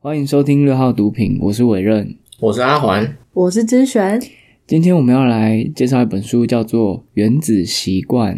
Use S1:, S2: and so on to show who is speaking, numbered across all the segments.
S1: 欢迎收听六号毒品，我是伟任。
S2: 我是阿环，
S3: 我是之璇，
S1: 今天我们要来介绍一本书，叫做《原子习惯》。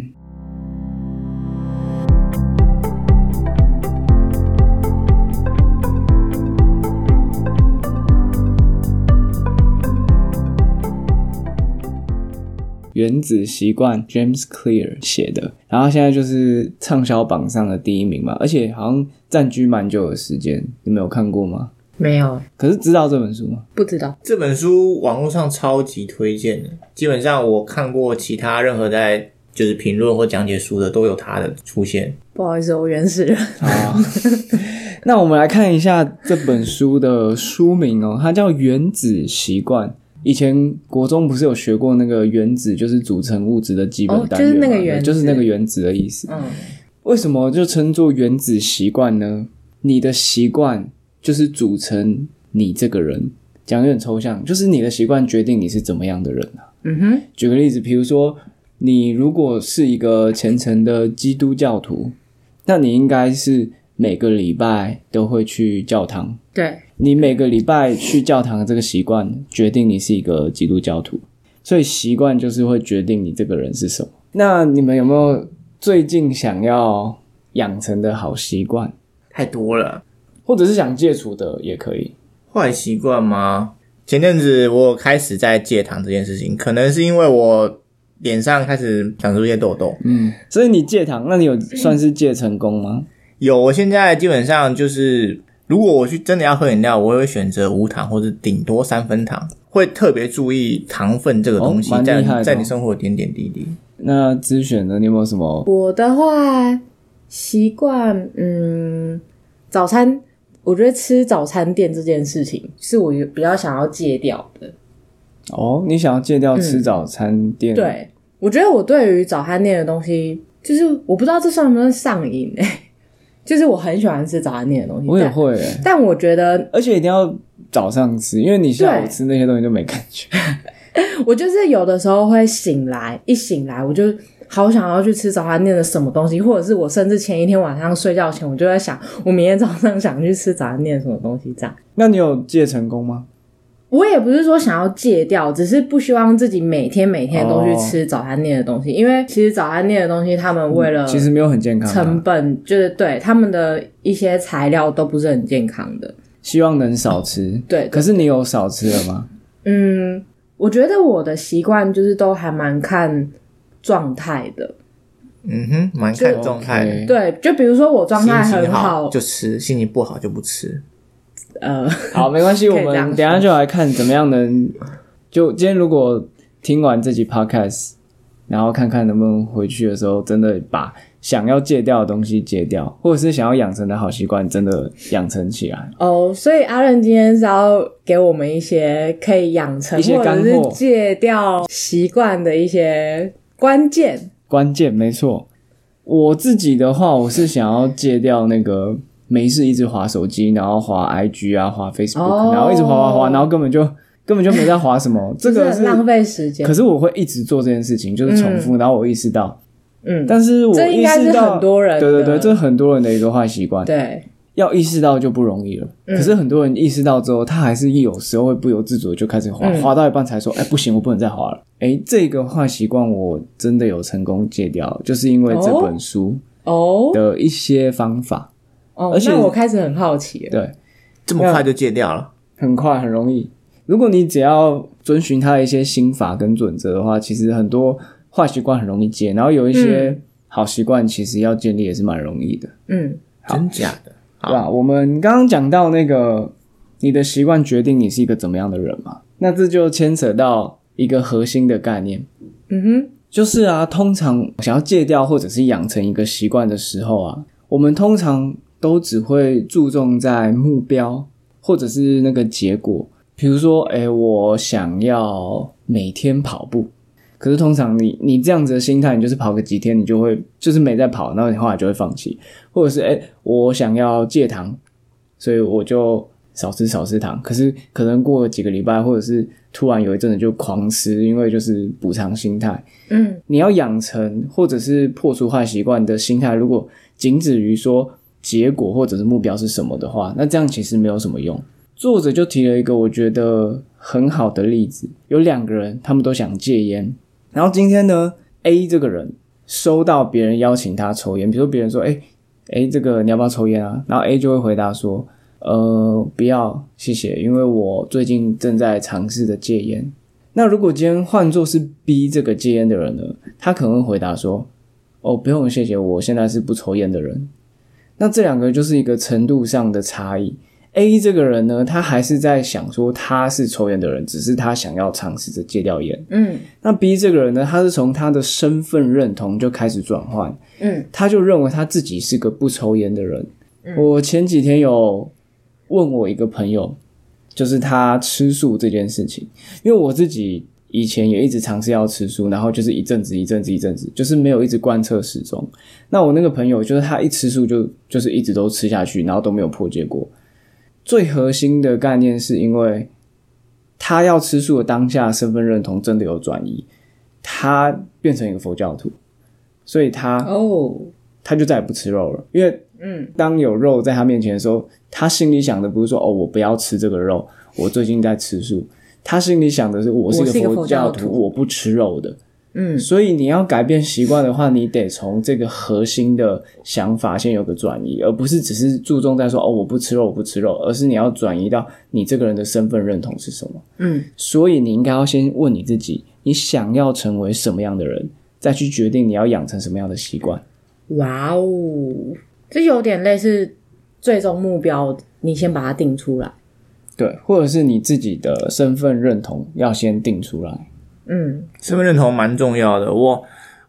S1: 原子习惯 James Clear 写的，然后现在就是畅销榜上的第一名嘛，而且好像占据蛮久的时间。你们有看过吗？
S3: 没有
S1: 可是知道这本书吗？
S3: 不知道，
S2: 这本书网络上超级推荐的，基本上我看过其他任何在就是评论或讲解书的都有它的出现。
S3: 不好意思，我原始人。
S1: 好， 那我们来看一下这本书的书名哦，它叫《原子习惯》。以前国中不是有学过那个原子，就是组成物质的基本
S3: 哦
S1: 单元嘛、
S3: 就是那个原子
S1: 就是那个原子的意思。
S3: 嗯，
S1: 为什么就称作原子习惯呢？你的习惯就是组成你这个人，讲有点抽象，就是你的习惯决定你是怎么样的人啊。
S3: 嗯哼，
S1: 举个例子，比如说你如果是一个虔诚的基督教徒，那你应该是每个礼拜都会去教堂。
S3: 对，
S1: 你每个礼拜去教堂的这个习惯，决定你是一个基督教徒。所以习惯就是会决定你这个人是什么。那你们有没有最近想要养成的好习惯，
S2: 太多了，
S1: 或者是想戒除的也可以？
S2: 坏习惯吗？前阵子我有开始在戒糖这件事情，可能是因为我脸上开始长出一些痘痘。
S1: 嗯，所以你戒糖，那你有算是戒成功吗？
S2: 有，我现在基本上就是，如果我去真的要喝饮料，我会选择无糖或者顶多三分糖，会特别注意糖分这个东西
S1: 哦蛮厉
S2: 在
S1: 害的哦
S2: 在你生活的点点滴滴。
S1: 那咨询呢？你有没有什么
S3: 我的话习惯，嗯，早餐，我觉得吃早餐店这件事情是我比较想要戒掉的。
S1: 哦，你想要戒掉吃早餐店？，
S3: 嗯对，我觉得我对于早餐店的东西，就是我不知道这算不算上瘾哎、 就是我很喜欢吃早餐店的东西，
S1: 我也
S3: 但
S1: 会欸，
S3: 但我觉得
S1: 而且一定要早上吃，因为你下午
S3: 对
S1: 吃那些东西就没感 觉。
S3: 我就是有的时候会醒来，一醒来我就好想要去吃早餐店的什么东西，或者是我甚至前一天晚上睡觉前，我就在想，我明天早上想去吃早餐店什么东西这样。
S1: 那你有戒成功吗？
S3: 我也不是说想要戒掉，只是不希望自己每天每天都去
S1: 哦
S3: 吃早餐店的东西，因为其实早餐店的东西他们为
S1: 嗯
S3: 了
S1: 其实没有很健康
S3: 呃成
S1: 啊，
S3: 本，就是对他们的一些材料都不是很健康的。
S1: 希望能少吃。
S3: 对，
S1: 可是你有少吃了吗？
S3: 嗯，我觉得我的习惯就是都还蛮看状态的。
S2: 嗯哼，蛮看状态的。
S1: OK
S3: 对，就比如说我状态
S2: 心
S3: 很
S2: 情
S3: 好，
S2: 就吃，心情不好就不吃。
S3: 呃，
S1: 好，没关系，我
S3: 可以
S1: 们
S3: 这样
S1: 等一下就来看怎么样能。就今天如果听完这集 podcast，然后看看能不能回去的时候，真的把想要戒掉的东西戒掉，或者是想要养成的好习惯，真的养成起来。
S3: 哦，所以阿任今天是要给我们一些可以养成
S1: 一些
S3: 或
S1: 干
S3: 者
S1: 货
S3: 是戒掉习惯的一些关键。
S1: 关键没错。我自己的话，我是想要戒掉那个没事一直滑手机，然后滑 IG 啊，滑 Facebook，、
S3: 哦
S1: 然后一直滑滑滑，然后根本 就根本就没在滑什么。这
S3: 就
S1: 个
S3: 是
S1: 是
S3: 很，浪费时间
S1: 可。是我会一直做这件事情，就是重复，然后我意识到，
S3: 嗯，
S1: 但是我
S3: 这应该
S1: 意识
S3: 是
S1: 到
S3: 很多人的
S1: 对对对，这是很多人的一个坏习惯，
S3: 对，
S1: 要意识到就不容易了。可是很多人意识到之后，他还是有时候会不由自主地就开始滑，
S3: 嗯
S1: 滑到一半才说：“哎，不行，我不能再滑了。”哎，这个坏习惯我真的有成功戒掉，就是因为这本书
S3: 哦
S1: 的一些方法，
S3: 哦
S1: 而，且
S3: 那我开始很好奇了。
S1: 对，
S2: 这么快就戒掉了？
S1: 很快很容易。如果你只要遵循他的一些心法跟准则的话，其实很多坏习惯很容易戒，然后有一些好习惯其实要建立也是蛮容易的。
S3: 嗯，
S2: 真假的？
S1: 对吧？我们刚刚讲到那个，你的习惯决定你是一个怎么样的人嘛，那这就牵扯到一个核心的概念，
S3: 嗯哼，
S1: 就是啊，通常想要戒掉或者是养成一个习惯的时候啊，我们通常都只会注重在目标或者是那个结果，比如说，哎，我想要每天跑步。可是通常你你这样子的心态，你就是跑个几天，你就会就是没在跑，然后你后来就会放弃，或者是哎、我想要戒糖，所以我就少吃少吃糖。可是可能过了几个礼拜，或者是突然有一阵子就狂吃，因为就是补偿心态。
S3: 嗯
S1: 你要养成或者是破除坏习惯的心态，如果仅止于说结果或者是目标是什么的话，那这样其实没有什么用。作者就提了一个我觉得很好的例子，有两个人他们都想戒烟，然后今天呢，A 这个人收到别人邀请他抽烟，比如说别人说，哎、哎，这个你要不要抽烟啊？然后 A 就会回答说，呃，不要，谢谢，因为我最近正在尝试的戒烟。那如果今天换作是 B 这个戒烟的人呢，他可能会回答说，哦，不用，谢谢，我现在是不抽烟的人。那这两个就是一个程度上的差异。A 这个人呢，他还是在想说他是抽烟的人，只是他想要尝试着戒掉烟。
S3: 嗯
S1: 那 B 这个人呢，他是从他的身份认同就开始转换，
S3: 嗯，
S1: 他就认为他自己是个不抽烟的人。我前几天有问我一个朋友，就是他吃素这件事情，因为我自己以前也一直尝试要吃素，然后就是一阵子一阵子一阵子，就是没有一直贯彻始终。那我那个朋友就是他一吃素就就是一直都吃下去，然后都没有破戒过。最核心的概念是因为他要吃素的当下身份认同真的有转移，他变成一个佛教徒，所以他
S3: 哦，
S1: 他就再也不吃肉了。因为
S3: 嗯
S1: 当有肉在他面前的时候，他心里想的不是说哦，我不要吃这个肉，我最近在吃素。他心里想的是，我是
S3: 我是一个
S1: 个
S3: 佛
S1: 佛
S3: 教
S1: 教
S3: 徒
S1: 徒，我不吃肉的。
S3: 嗯
S1: 所以你要改变习惯的话，你得从这个核心的想法先有个转移，而不是只是注重在说哦，我不吃肉，我不吃肉，而是你要转移到你这个人的身份认同是什么。
S3: 嗯
S1: 所以你应该要先问你自己，你想要成为什么样的人，再去决定你要养成什么样的习惯。
S3: 哇哦，这有点类似最终目标，你先把它定出来。
S1: 对，或者是你自己的身份认同要先定出来。
S3: 嗯
S2: 身份认同蛮重要的。我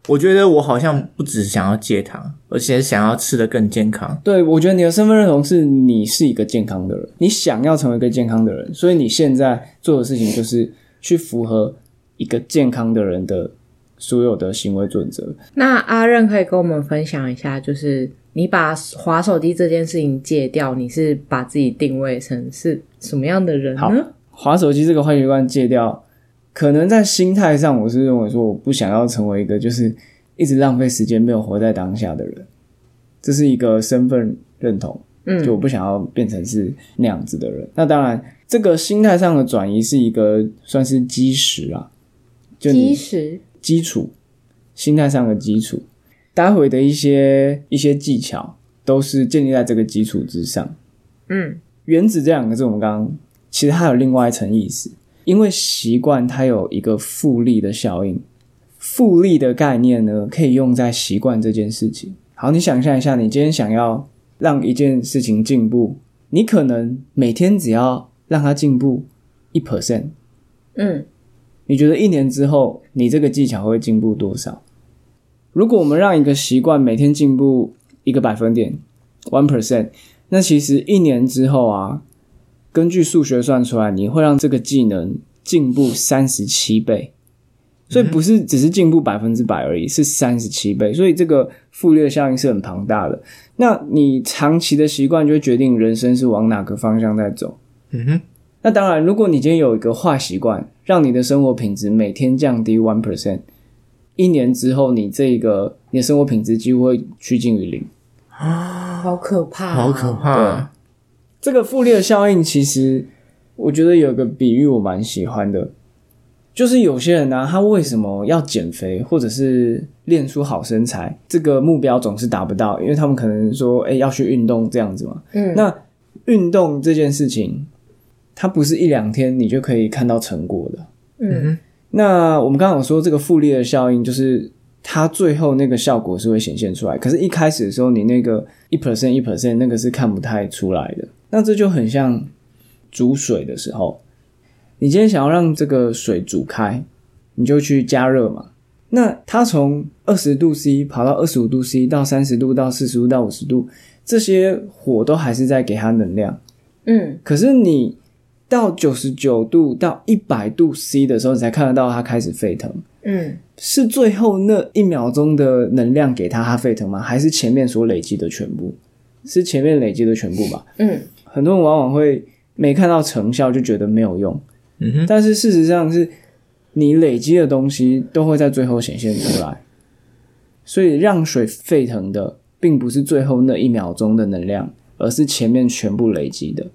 S2: 我觉得我好像不只想要戒糖，而且想要吃的更健康。
S1: 对，我觉得你的身份认同是你是一个健康的人，你想要成为一个健康的人，所以你现在做的事情就是去符合一个健康的人的所有的行为准则。
S3: 那阿任可以跟我们分享一下，就是你把滑手机这件事情戒掉，你是把自己定位成是什么样的人
S1: 好
S3: 呢？
S1: 滑手机这个坏习惯戒掉，可能在心态上，我是认为说我不想要成为一个就是一直浪费时间、没有活在当下的人，这是一个身份认同。
S3: 嗯
S1: 就我不想要变成是那样子的人。那当然，这个心态上的转移是一个算是基石啊，就
S3: 基
S1: 你
S3: 石，
S1: 基础心态上的基础，待会的一些一些技巧都是建立在这个基础之上。
S3: 嗯
S1: 原子这两个字，我们刚刚其实它有另外一层意思，因为习惯它有一个复利的效应。复利的概念呢，可以用在习惯这件事情。好，你想象一下，你今天想要让一件事情进步，你可能每天只要让它进步一 percent，
S3: 嗯，
S1: 你觉得一年之后，你这个技巧会进步多少？如果我们让一个习惯每天进步一个百分点 （one percent），那其实一年之后啊，根据数学算出来，你会让这个技能进步三十七倍。所以不是只是进步百分之百而已，是三十七倍。所以这个复利的效应是很庞大的。那你长期的习惯就会决定人生是往哪个方向在走。
S2: 嗯哼，
S1: 那当然，如果你今天有一个坏习惯，让你的生活品质每天降低 one percent，一年之后，你这个你的生活品质几乎会趋近于零。
S3: 嗯好可怕，
S2: 好可怕、啊！
S1: 这个复利的效应，其实我觉得有个比喻我蛮喜欢的，就是有些人呢、啊他为什么要减肥或者是练出好身材，这个目标总是达不到，因为他们可能说，哎、要去运动这样子嘛。
S3: 嗯
S1: 那运动这件事情，它不是一两天你就可以看到成果的。
S3: 嗯
S1: 那我们刚刚有说这个复利的效应，就是它最后那个效果是会显现出来，可是，一开始的时候，你那个一 percent 一 percent 那个是看不太出来的。那这就很像煮水的时候，你今天想要让这个水煮开，你就去加热嘛。那它从二十度 C 跑到二十五度 C 到三十度到四十度到五十度，这些火都还是在给它能量。
S3: 嗯
S1: 可是你到九十九度到一百度 C 的时候，你才看得到它开始沸腾。
S3: 嗯
S1: 是最后那一秒钟的能量给它它沸腾吗？还是前面所累积的全部？是前面累积的全部吧？
S3: 嗯
S1: 很多人往往会没看到成效就觉得没有用，
S2: 嗯哼，
S1: 但是事实上是你累积的东西都会在最后显现出来。所以让水沸腾的并不是最后那一秒钟的能量，而是前面全部累积的。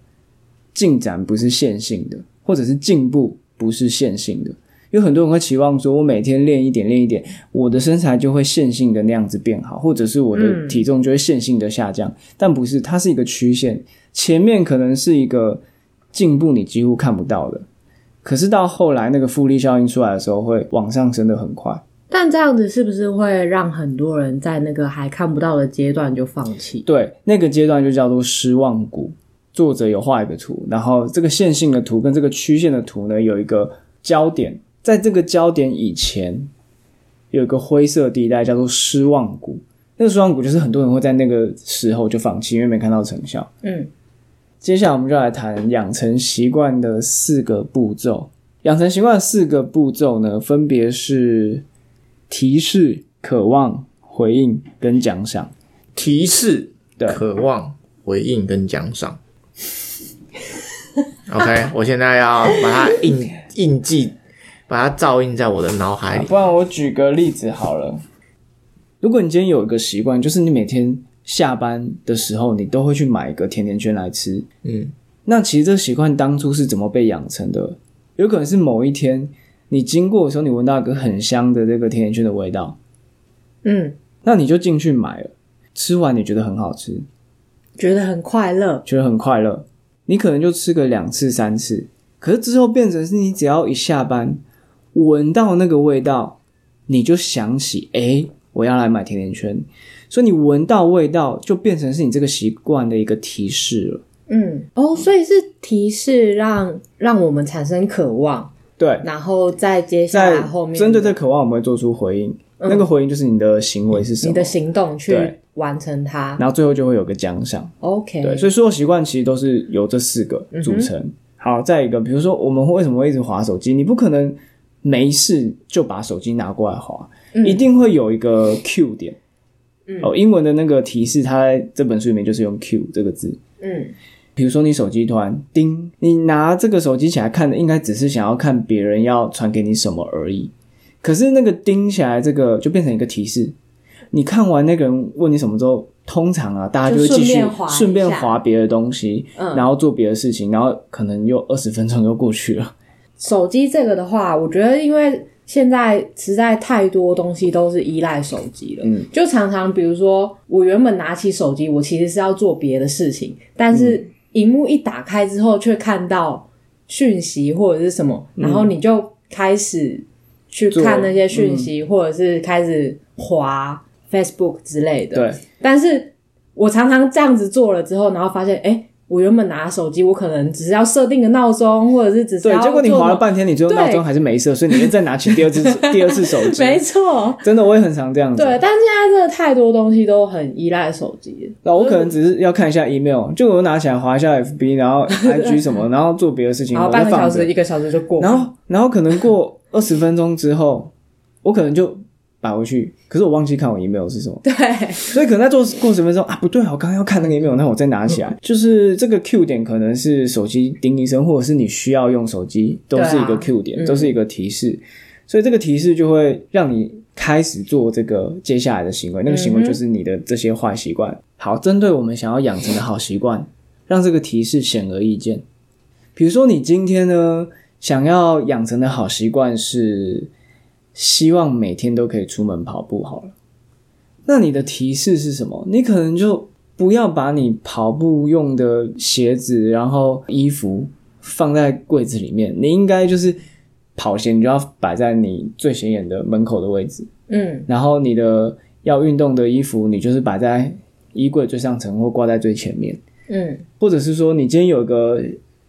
S1: 进展不是线性的，或者是进步不是线性的。有很多人会期望说，我每天练一点，练一点，我的身材就会线性的那样子变好，或者是我的
S3: 嗯
S1: 体重就会线性的下降。但不是，它是一个曲线，前面可能是一个进步，你几乎看不到的。可是到后来那个复利效应出来的时候，会往上升的很快。
S3: 但这样子是不是会让很多人在那个还看不到的阶段就放弃？
S1: 对，那个阶段就叫做失望谷。作者有画一个图，然后这个线性的图跟这个曲线的图呢有一个交点，在这个交点以前有一个灰色地带叫做失望谷。那个失望谷就是很多人会在那个时候就放弃，因为没看到成效。
S3: 嗯，
S1: 接下来我们就来谈养成习惯的四个步骤。养成习惯的四个步骤呢，分别是提示、渴望、回应跟奖赏。
S2: 提示、
S1: 对
S2: 渴望、回应跟奖赏。OK，我现在要把它印印记，把它照印在我的脑海里。
S1: 不然我举个例子好了，如果你今天有一个习惯，就是你每天下班的时候，你都会去买一个甜甜圈来吃，
S2: 嗯，
S1: 那其实这个习惯当初是怎么被养成的？有可能是某一天你经过的时候，你闻到一个很香的这个甜甜圈的味道，
S3: 嗯，
S1: 那你就进去买了，吃完你觉得很好吃，
S3: 觉得很快乐，
S1: 觉得很快乐，你可能就吃个两次三次，可是之后变成是你只要一下班闻到那个味道，你就想起诶，我要来买甜甜圈，所以你闻到味道就变成是你这个习惯的一个提示了。
S3: 嗯，哦，所以是提示让让我们产生渴望，
S1: 对，
S3: 然后再接下来
S1: 在
S3: 后面嗯
S1: 针对这个渴望，我们会做出回应，那个回应就是你的行为是什
S3: 你
S1: 么
S3: 的，行动去
S1: 对
S3: 完成它。
S1: 然后最后就会有个奖赏。对，
S3: OK，嗯
S1: 所以所有习惯其实都是由这四个组成。好，再一个，比如说我们为什么会一直划手机？你不可能没事就把手机拿过来划，
S3: 嗯
S1: 一定会有一个 Q 点。
S3: 嗯
S1: 哦，英文的那个提示，它在这本书里面就是用 Q 这个字。
S3: 嗯
S1: 比如说你手机突然叮，你拿这个手机起来看的，应该只是想要看别人要传给你什么而已。可是那个叮起来，这个就变成一个提示。你看完那个人问你什么之后，通常啊，大家就会
S3: 就
S1: 继
S3: 顺
S1: 续
S3: 便滑一下
S1: 顺便划别的东西，
S3: 嗯，
S1: 然后做别的事情，然后可能又二十分钟又过去了。
S3: 手机这个的话，我觉得因为现在实在太多东西都是依赖手机了，
S1: 嗯，
S3: 就常常比如说我原本拿起手机，我其实是要做别的事情，但
S1: 嗯
S3: 是荧幕一打开之后，却看到讯息或者是什么，
S1: 嗯
S3: 然后你就开始去
S1: 做嗯
S3: 看那些讯息，或者是开始滑 Facebook 之类的，
S1: 对，
S3: 但是我常常这样子做了之后，然后发现，哎、我原本拿手机，我可能只是要设定个闹钟，或者是只是
S1: 对
S3: 要。
S1: 结果你
S3: 做
S1: 划了
S3: 某，
S1: 半天，你最后
S3: 对
S1: 闹钟还是没设，所以你就再拿起第二 次第二次手机。
S3: 没错，
S1: 真的，我也很常这样子。
S3: 对。但现在真的太多东西都很依赖手机，
S1: 然后我可能只是要看一下 email，就我拿起来划一下 FB，然 后 IG 什么，然后做别的事情，
S3: 然后
S1: 我
S3: 半
S1: 就
S3: 个
S1: 放
S3: 小时、
S1: 着
S3: 一。个小时就过了。
S1: 然后，然后可能过二十分钟之后，我可能就摆回去，可是我忘记看我 email 是什么，
S3: 对，
S1: 所以可能在做过程分钟啊，不对啊，我刚刚要看那个 email，那我再拿起
S3: 嗯
S1: 来。就是这个 Q 点可能是手机叮一声，或者是你需要用手机，都是一个
S3: 对啊
S1: Q 点，
S3: 嗯
S1: 都是一个提示。所以这个提示就会让你开始做这个接下来的行为，那个行为就是你的这些坏习惯。好，针对我们想要养成的好习惯，让这个提示显而易见。比如说，你今天呢想要养成的好习惯是希望每天都可以出门跑步好了。那你的提示是什么？你可能就不要把你跑步用的鞋子，然后衣服放在柜子里面，你应该就是跑鞋，你就要摆在你最显眼的门口的位置，
S3: 嗯
S1: 然后你的要运动的衣服，你就是摆在衣柜最上层或挂在最前面，
S3: 嗯
S1: 或者是说你今天有一个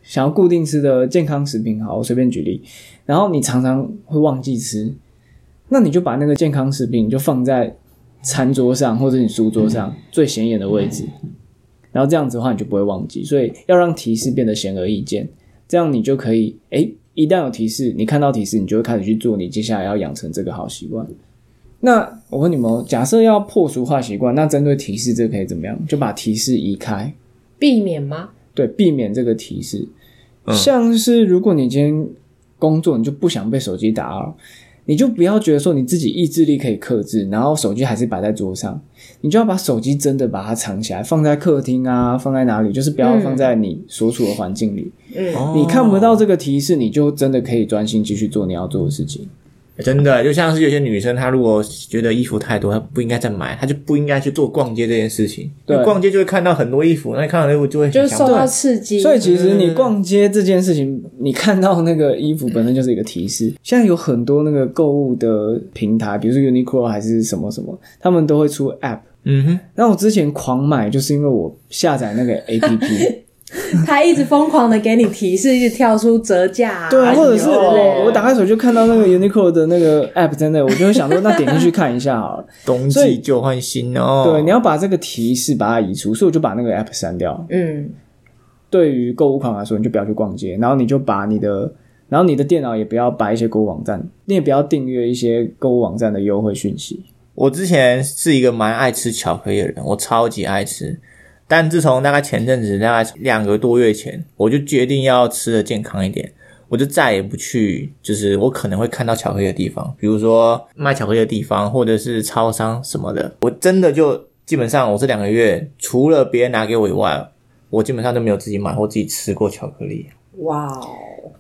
S1: 想要固定吃的健康食品，好，我随便举例，然后你常常会忘记吃，那你就把那个健康食品就放在餐桌上或者你书桌上最显眼的位置，然后这样子的话你就不会忘记，所以要让提示变得显而易见，这样你就可以，诶，一旦有提示，你看到提示，你就会开始去做你接下来要养成这个好习惯。那我问你们哦，假设要破除坏习惯，那针对提示这可以怎么样？就把提示移开，
S3: 避免吗？
S1: 对，避免这个提示。
S2: 嗯
S1: 像是如果你今天工作，你就不想被手机打扰，你就不要觉得说你自己意志力可以克制，然后手机还是摆在桌上，你就要把手机真的把它藏起来，放在客厅啊，放在哪里，就是不要
S3: 嗯
S1: 放在你所处的环境里。
S3: 嗯，
S2: 哦
S1: 你看不到这个提示，你就真的可以专心继续做你要做的事情。
S2: 真的，就像是有些女生，她如果觉得衣服太多，她不应该再买，她就不应该去做逛街这件事情。
S1: 对
S2: 因为逛街就会看到很多衣服，那你看到衣服就会
S3: 就
S2: 很
S3: 是受
S2: 想买。
S3: 到刺激，
S1: 所以其实你逛街这件事情，你看到那个衣服本身就是一个提示。现在有很多那个购物的平台，比如说 Uniqlo 还是什么什么，他们都会出 App。
S2: 嗯哼，
S1: 那我之前狂买，就是因为我下载那个 APP，
S3: 他一直疯狂的给你提示，一直跳出折价、啊，
S1: 对，
S3: 还
S1: 或者
S3: 什
S1: 是
S3: 么之类的
S1: 我打开手就看到那个 Uniqlo 的那个 App 在那，我就会想说，那点进去看一下好了。
S2: 冬
S1: 所以
S2: 季旧换新哦。
S1: 对，你要把这个提示把它移除，所以我就把那个 App 删掉了。
S3: 嗯，
S1: 对于购物狂来说，你就不要去逛街，然后你就把你的，然后你的电脑也不要摆一些购物网站，你也不要订阅一些购物网站的优惠讯息。
S2: 我之前是一个蛮爱吃巧克力的人，我超级爱吃。但自从大概前阵子，大概两个多月前，我就决定要吃的健康一点，我就再也不去，就是我可能会看到巧克力的地方，比如说卖巧克力的地方，或者是超商什么的。我真的就基本上，我这两个月除了别人拿给我以外，我基本上都没有自己买或自己吃过巧克力。
S3: 哇哦，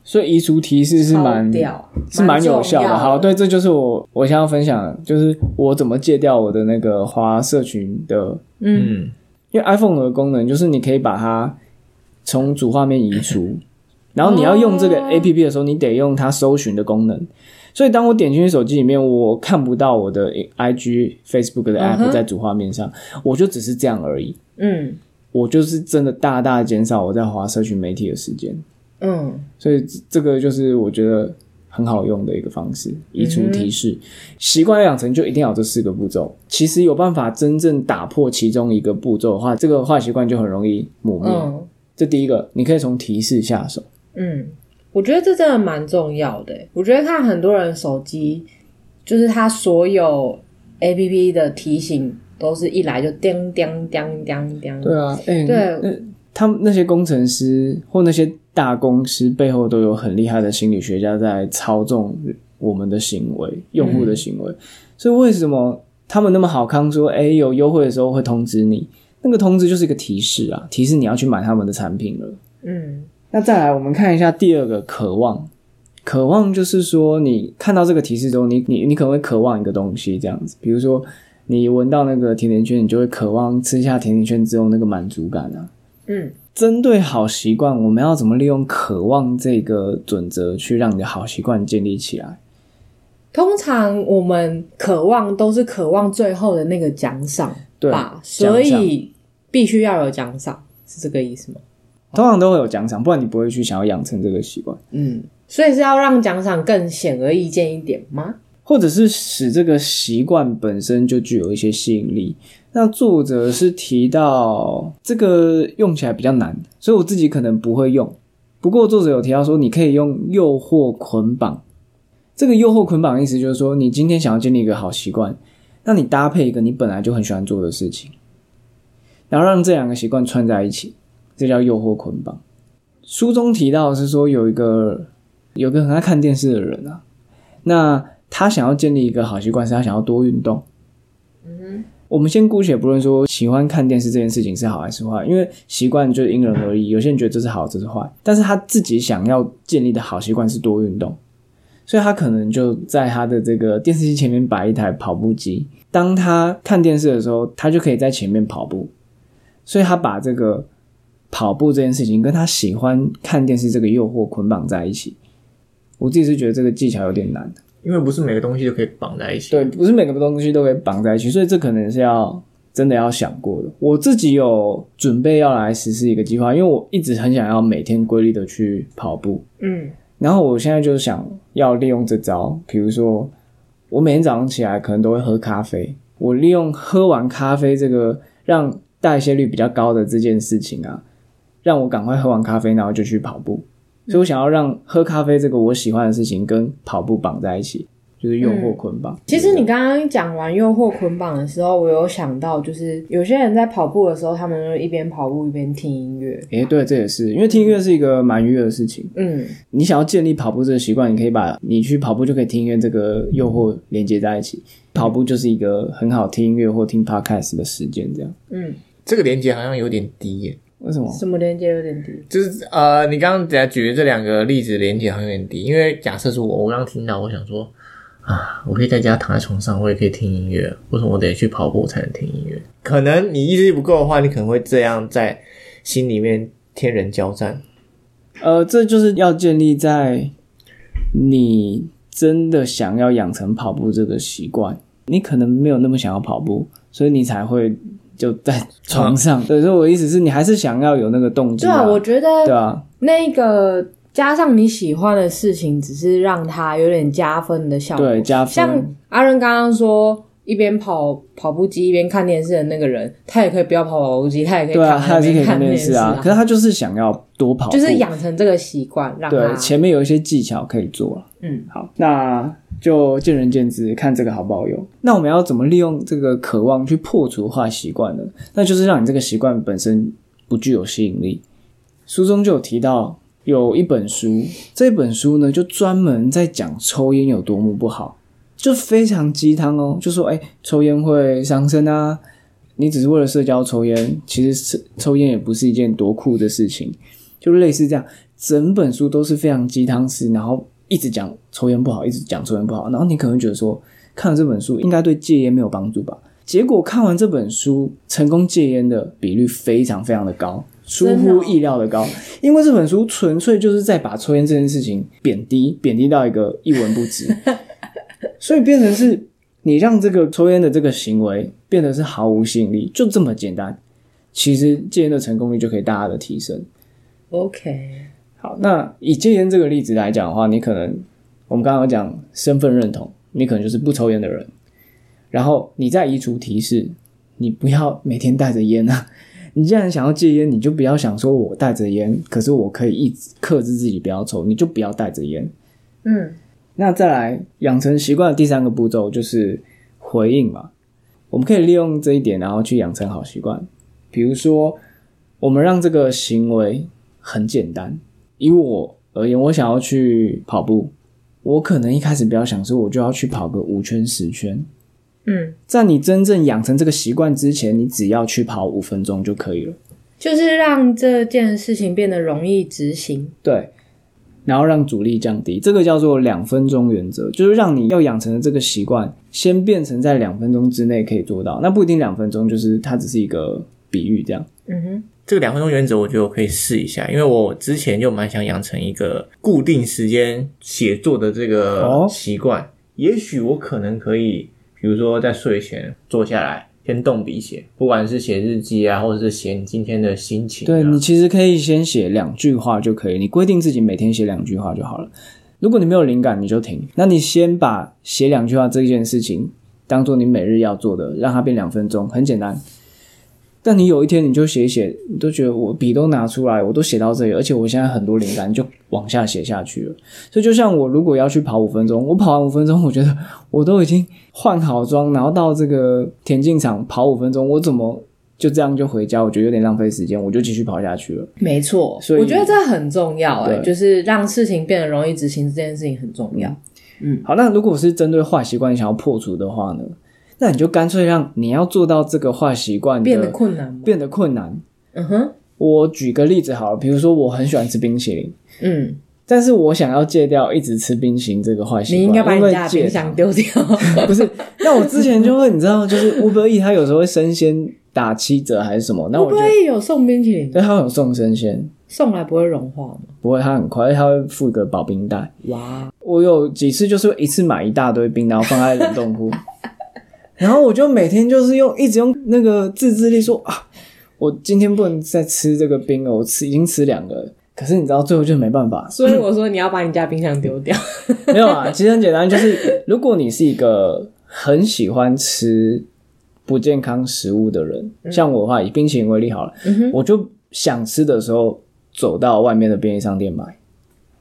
S1: 所以移除提示是蛮
S3: 超屌，
S1: 是蛮有效
S3: 重
S1: 的。
S3: 要
S1: 好，，对，这就是我我想要分享的，就是我怎么戒掉我的那个花社群的，
S3: 嗯
S2: 嗯，
S1: 因为 iPhone 的功能就是你可以把它从主画面移除，然后你要用这个
S3: 哦
S1: APP 的时候，你得用它搜寻的功能。所以当我点进去手机里面，我看不到我的 IG、Facebook 的
S3: 嗯
S1: app
S3: 哼
S1: 在主画面上，我就只是这样而已。
S3: 嗯
S1: 我就是真的大大减少我在滑社群媒体的时间。
S3: 嗯，
S1: 所以这这个就是我觉得很好用的一个方式，移除提示。习惯养成就一定要有这四个步骤。其实有办法真正打破其中一个步骤的话，这个坏习惯就很容易抹灭。
S3: 嗯
S1: 这第一个，你可以从提示下手。
S3: 嗯，我觉得这真的蛮重要的。欸我觉得看很多人手机，就是他所有 A P P 的提醒都是一来就叮叮叮叮叮，
S1: 对啊，哎、
S3: 对
S1: 那他们那些工程师或那些大公司背后都有很厉害的心理学家在操纵我们的行为、用户的行为。所以为什么他们那么好康说，哎、有优惠的时候会通知你？那个通知就是一个提示啊，提示你要去买他们的产品了。
S3: 嗯
S1: 那再来，我们看一下第二个渴望。渴望就是说，你看到这个提示之后，你你你可能会渴望一个东西，这样子。比如说，你闻到那个甜甜圈，你就会渴望吃下甜甜圈之后那个满足感啊。
S3: 嗯
S1: 针对好习惯，我们要怎么利用渴望这个准则去让你的好习惯建立起来？
S3: 通常我们渴望都是渴望最后的那个奖赏
S1: 对，啊
S3: 吧，
S1: 奖
S3: 所
S1: 赏
S3: 以必须要有奖赏，是这个意思吗？
S1: 通常都会有奖赏，不然你不会去想要养成这个习惯，
S3: 嗯，所以是要让奖赏更显而易见一点吗？
S1: 或者是使这个习惯本身就具有一些吸引力。那作者是提到这个用起来比较难，所以我自己可能不会用。不过作者有提到说，你可以用诱惑捆绑。这个诱惑捆绑的意思就是说，你今天想要建立一个好习惯，那你搭配一个你本来就很喜欢做的事情，然后让这两个习惯串在一起，这叫诱惑捆绑。书中提到的是说，有一个有个很爱看电视的人啊，那他想要建立一个好习惯，是他想要多运动。
S3: 嗯
S1: 我们先姑且不论说喜欢看电视这件事情是好还是坏，因为习惯就是因人而异，有些人觉得这是好，这是坏，但是他自己想要建立的好习惯是多运动，所以他可能就在他的这个电视机前面摆一台跑步机，当他看电视的时候，他就可以在前面跑步，所以他把这个跑步这件事情跟他喜欢看电视这个诱惑捆绑在一起。我自己是觉得这个技巧有点难。
S2: 因为不是每个东西都可以绑在一起。
S1: 对，不是每个东西都可以绑在一起，所以这可能是要真的要想过的。我自己有准备要来实施一个计划，因为我一直很想要每天规律的去跑步，
S3: 嗯
S1: 然后我现在就想要利用这招，比如说我每天早上起来可能都会喝咖啡，我利用喝完咖啡这个让代谢率比较高的这件事情啊，让我赶快喝完咖啡，然后就去跑步。所以我想要让喝咖啡这个我喜欢的事情跟跑步绑在一起，就是诱惑捆绑。
S3: 其实你刚刚讲完诱惑捆绑的时候，我有想到，就是有些人在跑步的时候，他们就一边跑步一边听音乐。
S1: 诶、对，这也是因为听音乐是一个蛮愉悦的事情。
S3: 嗯，
S1: 你想要建立跑步这个习惯，你可以把你去跑步就可以听音乐这个诱惑连接在一起。跑步就是一个很好听音乐或听 podcast 的时间，这样
S3: 嗯
S2: 这个连接好像有点低耶，
S1: 为什么？
S3: 什么连接有点低。
S2: 就是呃，你刚刚等下举的这两个例子连接好像有点低，因为假设是我，我刚刚听到，我想说啊，我可以在家躺在床上，我也可以听音乐，为什么我得去跑步才能听音乐？可能你意志力不够的话，你可能会这样在心里面天人交战。
S1: 呃，这就是要建立在你真的想要养成跑步这个习惯，你可能没有那么想要跑步，所以你才会就在床上。对，所以我的意思是你还是想要有那个动机、
S3: 对啊，我
S1: 对
S3: 觉得
S1: 啊，
S3: 那个加上你喜欢的事情，只是让它有点加分的效果。
S1: 对加分
S3: 像阿仁刚刚说。一边跑跑步机一边看电视的那个人，他也可以不要跑跑步机，他也可以
S1: 对啊，
S3: 躺
S1: 他
S3: 在那
S1: 还是可
S3: 边
S1: 以看
S3: 电
S1: 电视
S3: 视
S1: 啊，可是他就是啊想要多跑步，
S3: 就是养成这个习惯，让他
S1: 对，前面有一些技巧可以做啊了。
S3: 嗯，
S1: 好，那就见仁见智，看这个好不好用。那我们要怎么利用这个渴望去破除坏习惯呢？那就是让你这个习惯本身不具有吸引力。书中就有提到有一本书，这本书呢就专门在讲抽烟有多么不好，就非常鸡汤哦，就说哎、抽烟会伤身啊。你只是为了社交抽烟，其实是抽烟也不是一件多酷的事情，就类似这样。整本书都是非常鸡汤式，然后一直讲抽烟不好，一直讲抽烟不好，然后你可能觉得说看了这本书应该对戒烟没有帮助吧？结果看完这本书，成功戒烟的比率非常非常的高，出
S3: 真的哦
S1: 乎意料的高，因为这本书纯粹就是在把抽烟这件事情贬低，贬低到一个一文不值，所以变成是你让这个抽烟的这个行为变得是毫无吸引力，就这么简单。其实戒烟的成功率就可以大大的提升。
S3: OK，
S1: 好，那以戒烟这个例子来讲的话，你可能我们刚刚有讲身份认同，你可能就是不抽烟的人，然后你再移除提示，你不要每天带着烟啊。 你既然想要戒烟，你就不要想说我带着烟，可是我可以一直克制自己不要抽，你就不要带着烟。
S3: 嗯，
S1: 那再来养成习惯的第三个步骤就是回应嘛，我们可以利用这一点，然后去养成好习惯。比如说，我们让这个行为很简单。以我而言，我想要去跑步，我可能一开始不要想说我就要去跑个五圈十圈。
S3: 嗯，
S1: 在你真正养成这个习惯之前，你只要去跑五分钟就可以了。
S3: 就是让这件事情变得容易执行。
S1: 对，然后让阻力降低，这个叫做两分钟原则，就是让你要养成的这个习惯，先变成在两分钟之内可以做到。那不一定两分钟，就是它只是一个比喻这样。
S3: 嗯哼，
S2: 这个两分钟原则，我觉得我可以试一下，因为我之前就蛮想养成一个固定时间写作的这个
S1: 哦
S2: 习惯。也许我可能可以，比如说在睡前坐下来，先动笔写，不管是写日记啊，或者是写你今天的心情、啊。
S1: 对你其实可以先写两句话就可以，你规定自己每天写两句话就好了。如果你没有灵感，你就停。那你先把写两句话这件事情当做你每日要做的，让它变两分钟，很简单。但你有一天你就写一写，你都觉得我笔都拿出来，我都写到这里，而且我现在很多灵感，你就往下写下去了。所以就像我如果要去跑五分钟，我跑完五分钟，我觉得我都已经换好妆，然后到这个田径场跑五分钟，我怎么就这样就回家，我觉得有点浪费时间，我就继续跑下去了。
S3: 没错，
S1: 所以
S3: 我觉得这很重要、哎，
S1: 对
S3: 就是让事情变得容易执行这件事情很重要。
S1: 好，那如果是针对坏习惯想要破除的话呢，那你就干脆让你要做到这个坏习惯的
S3: 变得困难吗？
S1: 变得困难。
S3: 嗯哼，
S1: 我举个例子好了，比如说我很喜欢吃冰淇淋，
S3: 嗯，
S1: 但是我想要戒掉一直吃冰淇淋这个坏习惯，
S3: 你应该把
S1: 因
S3: 你
S1: 为
S3: 家的冰
S1: 戒
S3: 箱丢掉。
S1: 不是，那我之前就会，你知道，就是 Uber E 它有时候会生鲜打七折还是什么，那
S3: 会
S1: 我
S3: 不
S1: 就
S3: 会有送冰淇淋？
S1: 对它有送生鲜，
S3: 送来不会融化吗？
S1: 不会它很快，它会附一个保冰袋。
S3: 哇，
S1: 我有几次就是一次买一大堆冰，然后放在冷冻库，然后我就每天就是用一直用那个自制力说啊，我今天不能再吃这个冰了，我吃已经吃两个了。可是你知道，最后就没办法，
S3: 所以我说你要把你家冰箱丢掉。
S1: 没有啊，其实很简单，就是如果你是一个很喜欢吃不健康食物的人，像我的话，以冰淇淋为例好了，
S3: 嗯嗯哼
S1: 我就想吃的时候走到外面的便利商店买。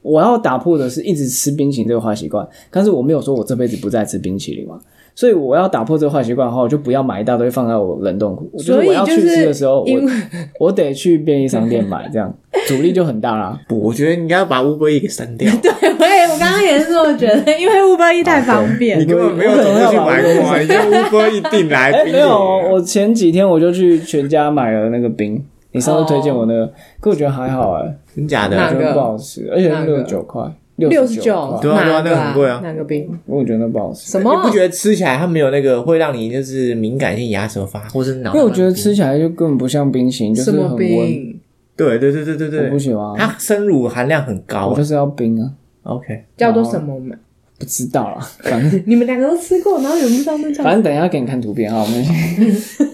S1: 我要打破的是一直吃冰淇淋这个坏习惯，但是我没有说我这辈子不再吃冰淇淋嘛，所以我要打破这个坏习惯的话，我就不要买一大堆放在我冷冻库，
S3: 所
S1: 就是
S3: 以
S1: 我要
S3: 就
S1: 去吃的时候，
S3: 因为
S1: 我我得去便利商店买，这样阻力就很大啦。
S2: 不，我觉得你应该要把乌龟给删 掉。
S3: 我也我刚刚也是这么觉得，因为 Uber E 太方便
S2: 你。根本没有怎么去买过啊！你就乌龟一定来
S1: 哎、
S3: 啊
S2: 冰
S1: 没有哦，我前几天我就去全家买了那个冰，你上次推荐我那个，可我觉得还好哎、
S2: 真假
S1: 我
S3: 哦哪
S1: 觉
S2: 的？
S3: 个
S1: 得不好吃，而且
S3: 哪
S1: 六
S3: 个
S1: 十九块，
S3: 六十
S1: 十
S3: 九，
S2: 对啊对啊那个很贵啊
S3: 那个冰
S1: 我觉得不好吃。
S3: 什么？
S2: 你不觉得吃起来它没有那个会让你就是敏感性牙舌发，或是脑？
S1: 因为我觉得吃起来就根本不像冰淇淋，就是
S3: 什
S1: 很
S3: 么
S1: 温，
S3: 冰？
S2: 对对对对对
S1: 我不
S2: 对，
S1: 喜欢啊。
S2: 它生乳含量很高
S1: 我
S2: 啊
S1: 就。是要冰啊，
S2: OK，
S3: 叫做什么嘛？
S1: 不知道啦，反 正
S3: 你们两个都吃过，然后有人不知道那叫
S1: 反正等一下给你看图片啊，我们先。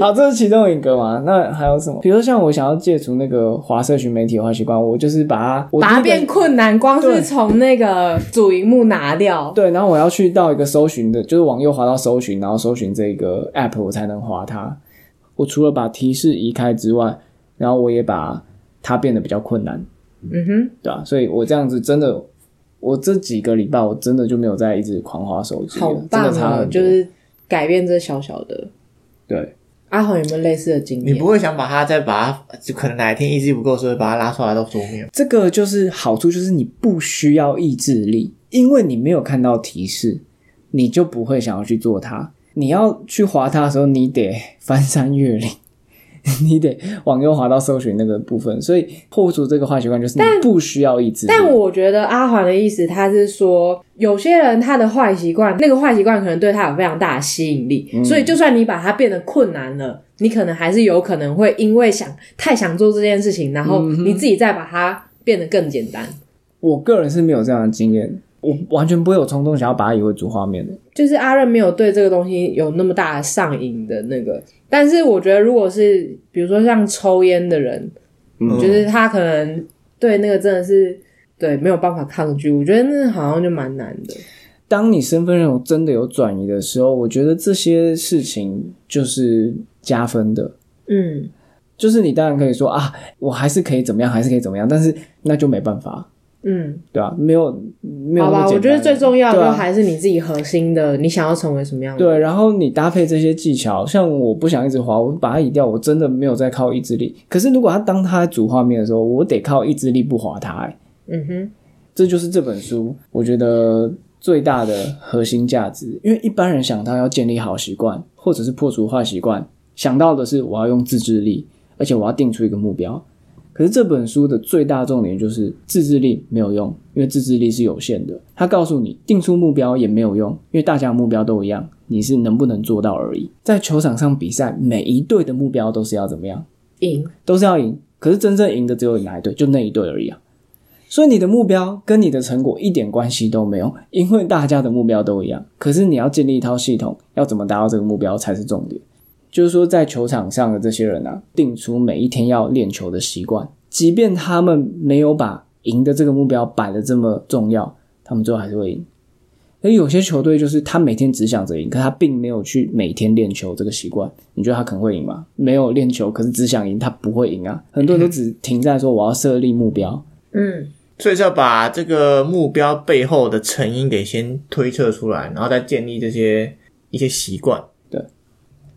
S1: 好，这是其中一个嘛？那还有什么？比如说像我想要戒除那个华社群媒体的坏习惯，我就是把它，我
S3: 把它
S1: 第一个
S3: 变困难，光
S1: 对
S3: 是从那个主荧幕拿掉，
S1: 对，然后我要去到一个搜寻的，就是往右滑到搜寻，然后搜寻这个 app，我才能滑它。我除了把提示移开之外，然后我也把它变得比较困难，
S3: 嗯哼，
S1: 对吧、所以我这样子真的，我这几个礼拜我真的就没有再一直狂滑手机了，
S3: 好
S1: 真
S3: 棒
S1: 的差很
S3: 哦！
S1: 多
S3: 就是改变这小小的。
S1: 对，
S3: 阿豪有没有类似的经
S2: 你
S3: 验
S2: 不？会想把它再把它，就可能哪一天意志不够，所以把它拉出来到桌面。
S1: 这个就是好处，就是你不需要意志力，因为你没有看到提示，你就不会想要去做它。你要去滑它的时候，你得翻山越岭， 你得往右滑到搜寻那个部分。所以破除这个坏习惯就是你不需要意志力。
S3: 但我觉得阿环的意思，他是说有些人他的坏习惯，那个坏习惯可能对他有非常大的吸引力，
S1: 嗯
S3: 所以就算你把它变得困难了，你可能还是有可能会因为想太想做这件事情，然后
S1: 嗯
S3: 你自己再把它变得更简单。
S1: 我个人是没有这样的经验，我完全不会有冲动想要把它移回主画面的。
S3: 就是阿任没有对这个东西有那么大的上瘾的那个，但是我觉得如果是比如说像抽烟的人，
S1: 嗯
S3: 就是他可能对那个真的是对没有办法抗拒，我觉得那好像就蛮难的。
S1: 当你身份认同真的有转移的时候，我觉得这些事情就是加分的。
S3: 嗯，
S1: 就是你当然可以说啊，我还是可以怎么样，还是可以怎么样，但是那就没办法，
S3: 嗯，
S1: 对吧、没有没有
S3: 好
S1: 那么
S3: 吧，
S1: 简单
S3: 我觉得最重要
S1: 对
S3: 的
S1: 啊
S3: 还是你自己核心的，你想要成为什么样的人？
S1: 对，然后你搭配这些技巧，像我不想一直滑，我把它移掉，我真的没有在靠意志力。可是如果它当它主画面的时候，我得靠意志力不滑它、欸，
S3: 嗯哼，
S1: 这就是这本书我觉得最大的核心价值。因为一般人想到要建立好习惯，或者是破除坏习惯，想到的是我要用自制力，而且我要定出一个目标。可是这本书的最大重点就是自制力没有用，因为自制力是有限的。它告诉你，定出目标也没有用，因为大家的目标都一样，你是能不能做到而已。在球场上比赛，每一队的目标都是要怎么样？
S3: 赢，
S1: 都是要赢，可是真正赢的只有哪一队，就那一队而已啊。所以你的目标跟你的成果一点关系都没有，因为大家的目标都一样。可是你要建立一套系统，要怎么达到这个目标才是重点。就是说，在球场上的这些人啊，定出每一天要练球的习惯，即便他们没有把赢的这个目标摆得这么重要，他们最后还是会赢。而有些球队就是他每天只想着赢，可他并没有去每天练球这个习惯。你觉得他可能会赢吗？没有练球，可是只想赢，他不会赢啊。很多人都只停在说我要设立目标，
S3: 嗯，
S2: 所以是要把这个目标背后的成因给先推测出来，然后再建立这些一些习惯。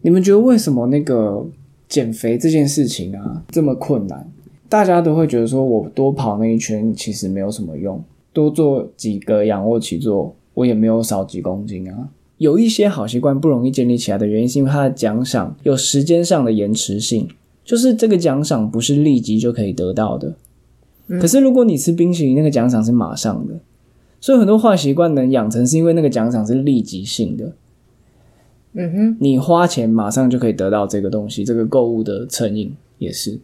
S1: 你们觉得为什么那个减肥这件事情啊这么困难？大家都会觉得说我多跑那一圈其实没有什么用，多做几个仰卧起坐，我也没有少几公斤啊。有一些好习惯不容易建立起来的原因，是因为它的奖赏有时间上的延迟性，就是这个奖赏不是立即就可以得到的。可是如果你吃冰淇淋，那个奖赏是马上的，所以很多坏习惯能养成，是因为那个奖赏是立即性的。
S3: 嗯哼，
S1: 你花钱马上就可以得到这个东西，这个购物的成瘾也是。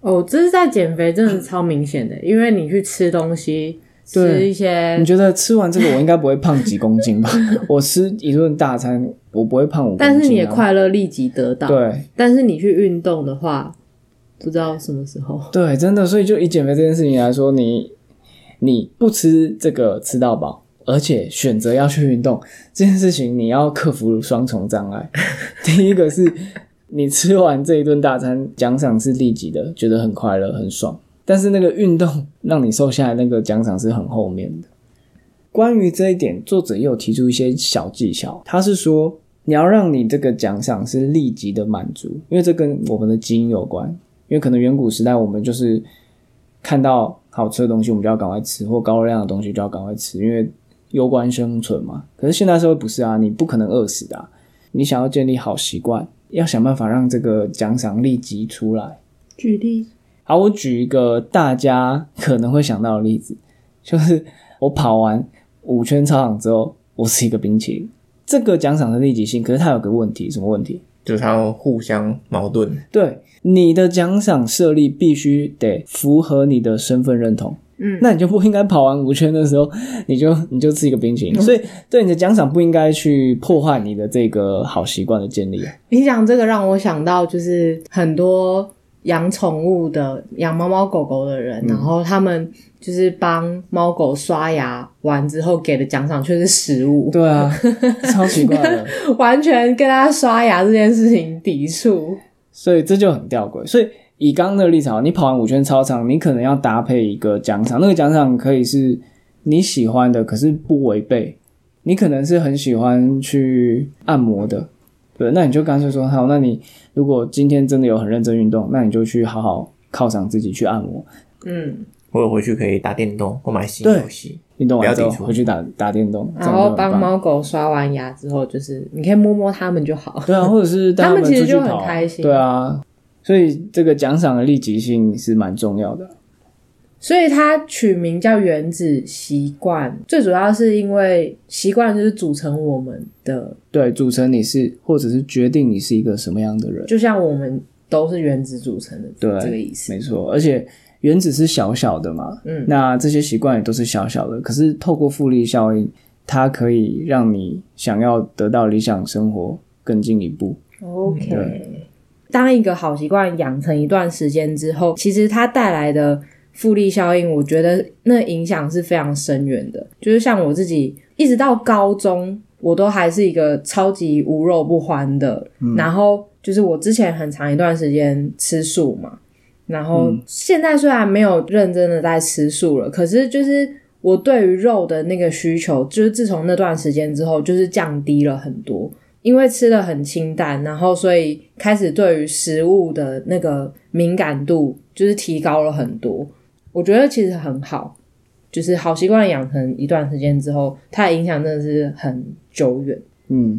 S3: 哦，这是在减肥，真的超明显的，因为你去吃东西，
S1: 对
S3: 吃一些
S1: 你觉得吃完这个，我应该不会胖几公斤 吧？我吃一顿大餐，我不会胖五公斤、啊。
S3: 但是你的快乐立即得到。，
S1: 对
S3: 但是你去运动的话，不知道什么时候。
S1: 对，真的。所以就以减肥这件事情来说，你你不吃这个吃到饱，而且选择要去运动这件事情，你要克服双重障碍。第一个是你吃完这一顿大餐，奖赏是立即的，觉得很快乐很爽。但是那个运动让你瘦下来那个奖赏是很后面的。关于这一点，作者也有提出一些小技巧，他是说你要让你这个奖赏是立即的满足，因为这跟我们的基因有关。因为可能远古时代我们就是看到好吃的东西，我们就要赶快吃，或高热量的东西就要赶快吃，因为攸关生存嘛。可是现代社会不是啊，你不可能饿死的啊、你想要建立好习惯，要想办法让这个奖赏立即出来。
S4: 举例，
S1: 好，我举一个大家可能会想到的例子，就是我跑完五圈操场之后，我吃一个冰淇淋，这个奖赏的立即性，可是它有个问题，什么问题？
S2: 就是他们互相矛盾。
S1: 对，你的奖赏设立必须得符合你的身份认同。
S4: 嗯
S1: 那你就不应该跑完五圈的时候，你就你就吃一个冰淇淋。所以，对你的奖赏不应该去破坏你的这个好习惯的建立。
S3: 你讲这个让我想到，就是很多养宠物的、养猫猫狗狗的人，然后他们就是帮猫狗刷牙完之后给的奖赏却是食物，
S1: 对啊， 超奇怪的。
S3: 完全跟他刷牙这件事情抵触。
S1: 所以这就很吊诡。所以以刚刚的立啊场，你跑完五圈操场，你可能要搭配一个奖赏，那个奖赏可以是你喜欢的，可是不违背。你可能是很喜欢去按摩的，对，那你就干脆说好，那你如果今天真的有很认真运动，那你就去好好犒赏自己去按摩。
S3: 嗯，
S2: 或者回去可以打电动或买新
S1: 对
S2: 游戏。
S1: 运动完之后
S2: 不要抵触
S1: 回去打打电动，这
S3: 然
S1: 样就
S3: 后
S1: 很
S3: 帮
S1: 棒。
S3: 猫狗刷完牙之后，就是你可以摸摸它们就好。
S1: 对啊，或者是带
S3: 他们
S1: 们
S3: 其实
S1: 出去
S3: 就很
S1: 跑啊
S3: 开心
S1: 对啊，所以这个奖赏的立即性是蛮重要的。
S3: 所以它取名叫原子习惯，最主要是因为习惯就是组成我们的，
S1: 对，组成你是，或者是决定你是一个什么样的人，
S3: 就像我们都是原子组成的，
S1: 对
S3: 这个意思
S1: 没。错。而且原子是小小的嘛，
S3: 嗯
S1: 那这些习惯也都是小小的，可是透过复利效应，它可以让你想要得到理想生活更进一步。
S3: OK，当一个好习惯养成一段时间之后，其实它带来的复利效应，我觉得那影响是非常深远的。就是像我自己，一直到高中，我都还是一个超级无肉不欢的。然后就是我之前很长一段时间吃素嘛，然后现在虽然没有认真的在吃素了，可是就是。我对于肉的那个需求，就是自从那段时间之后，就是降低了很多。因为吃的很清淡，然后所以开始对于食物的那个敏感度就是提高了很多。我觉得其实很好，就是好习惯养成一段时间之后，它的影响真的是很久远。
S1: 嗯，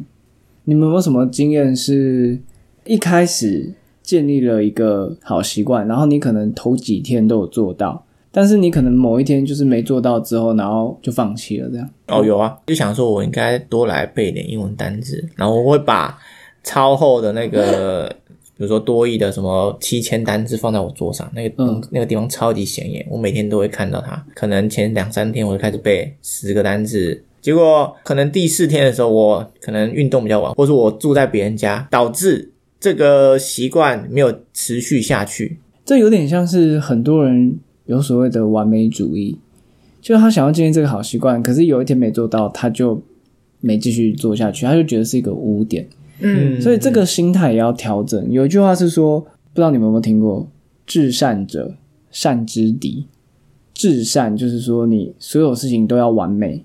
S1: 你们有没有什么经验是一开始建立了一个好习惯，然后你可能头几天都有做到，但是你可能某一天就是没做到之后，然后就放弃了这样？
S2: 哦，有啊，就想说我应该多来背一点英文单字，然后我会把超厚的 那个，比如说多义的什么七千单字放在我桌上，那个、
S1: 嗯
S2: 那个地方超级显眼，我每天都会看到它。可能前两三天我就开始背十个单字。结果可能第四天的时候，我可能运动比较晚，或是我住在别人家，导致这个习惯没有持续下去。
S1: 这有点像是很多人有所谓的完美主义，就是他想要建立这个好习惯，可是有一天没做到，他就没继续做下去，他就觉得是一个污点。
S2: 嗯
S1: 所以这个心态也要调整。有一句话是说，不知道你们有没有听过“至善者善之敌”。至善就是说你所有事情都要完美，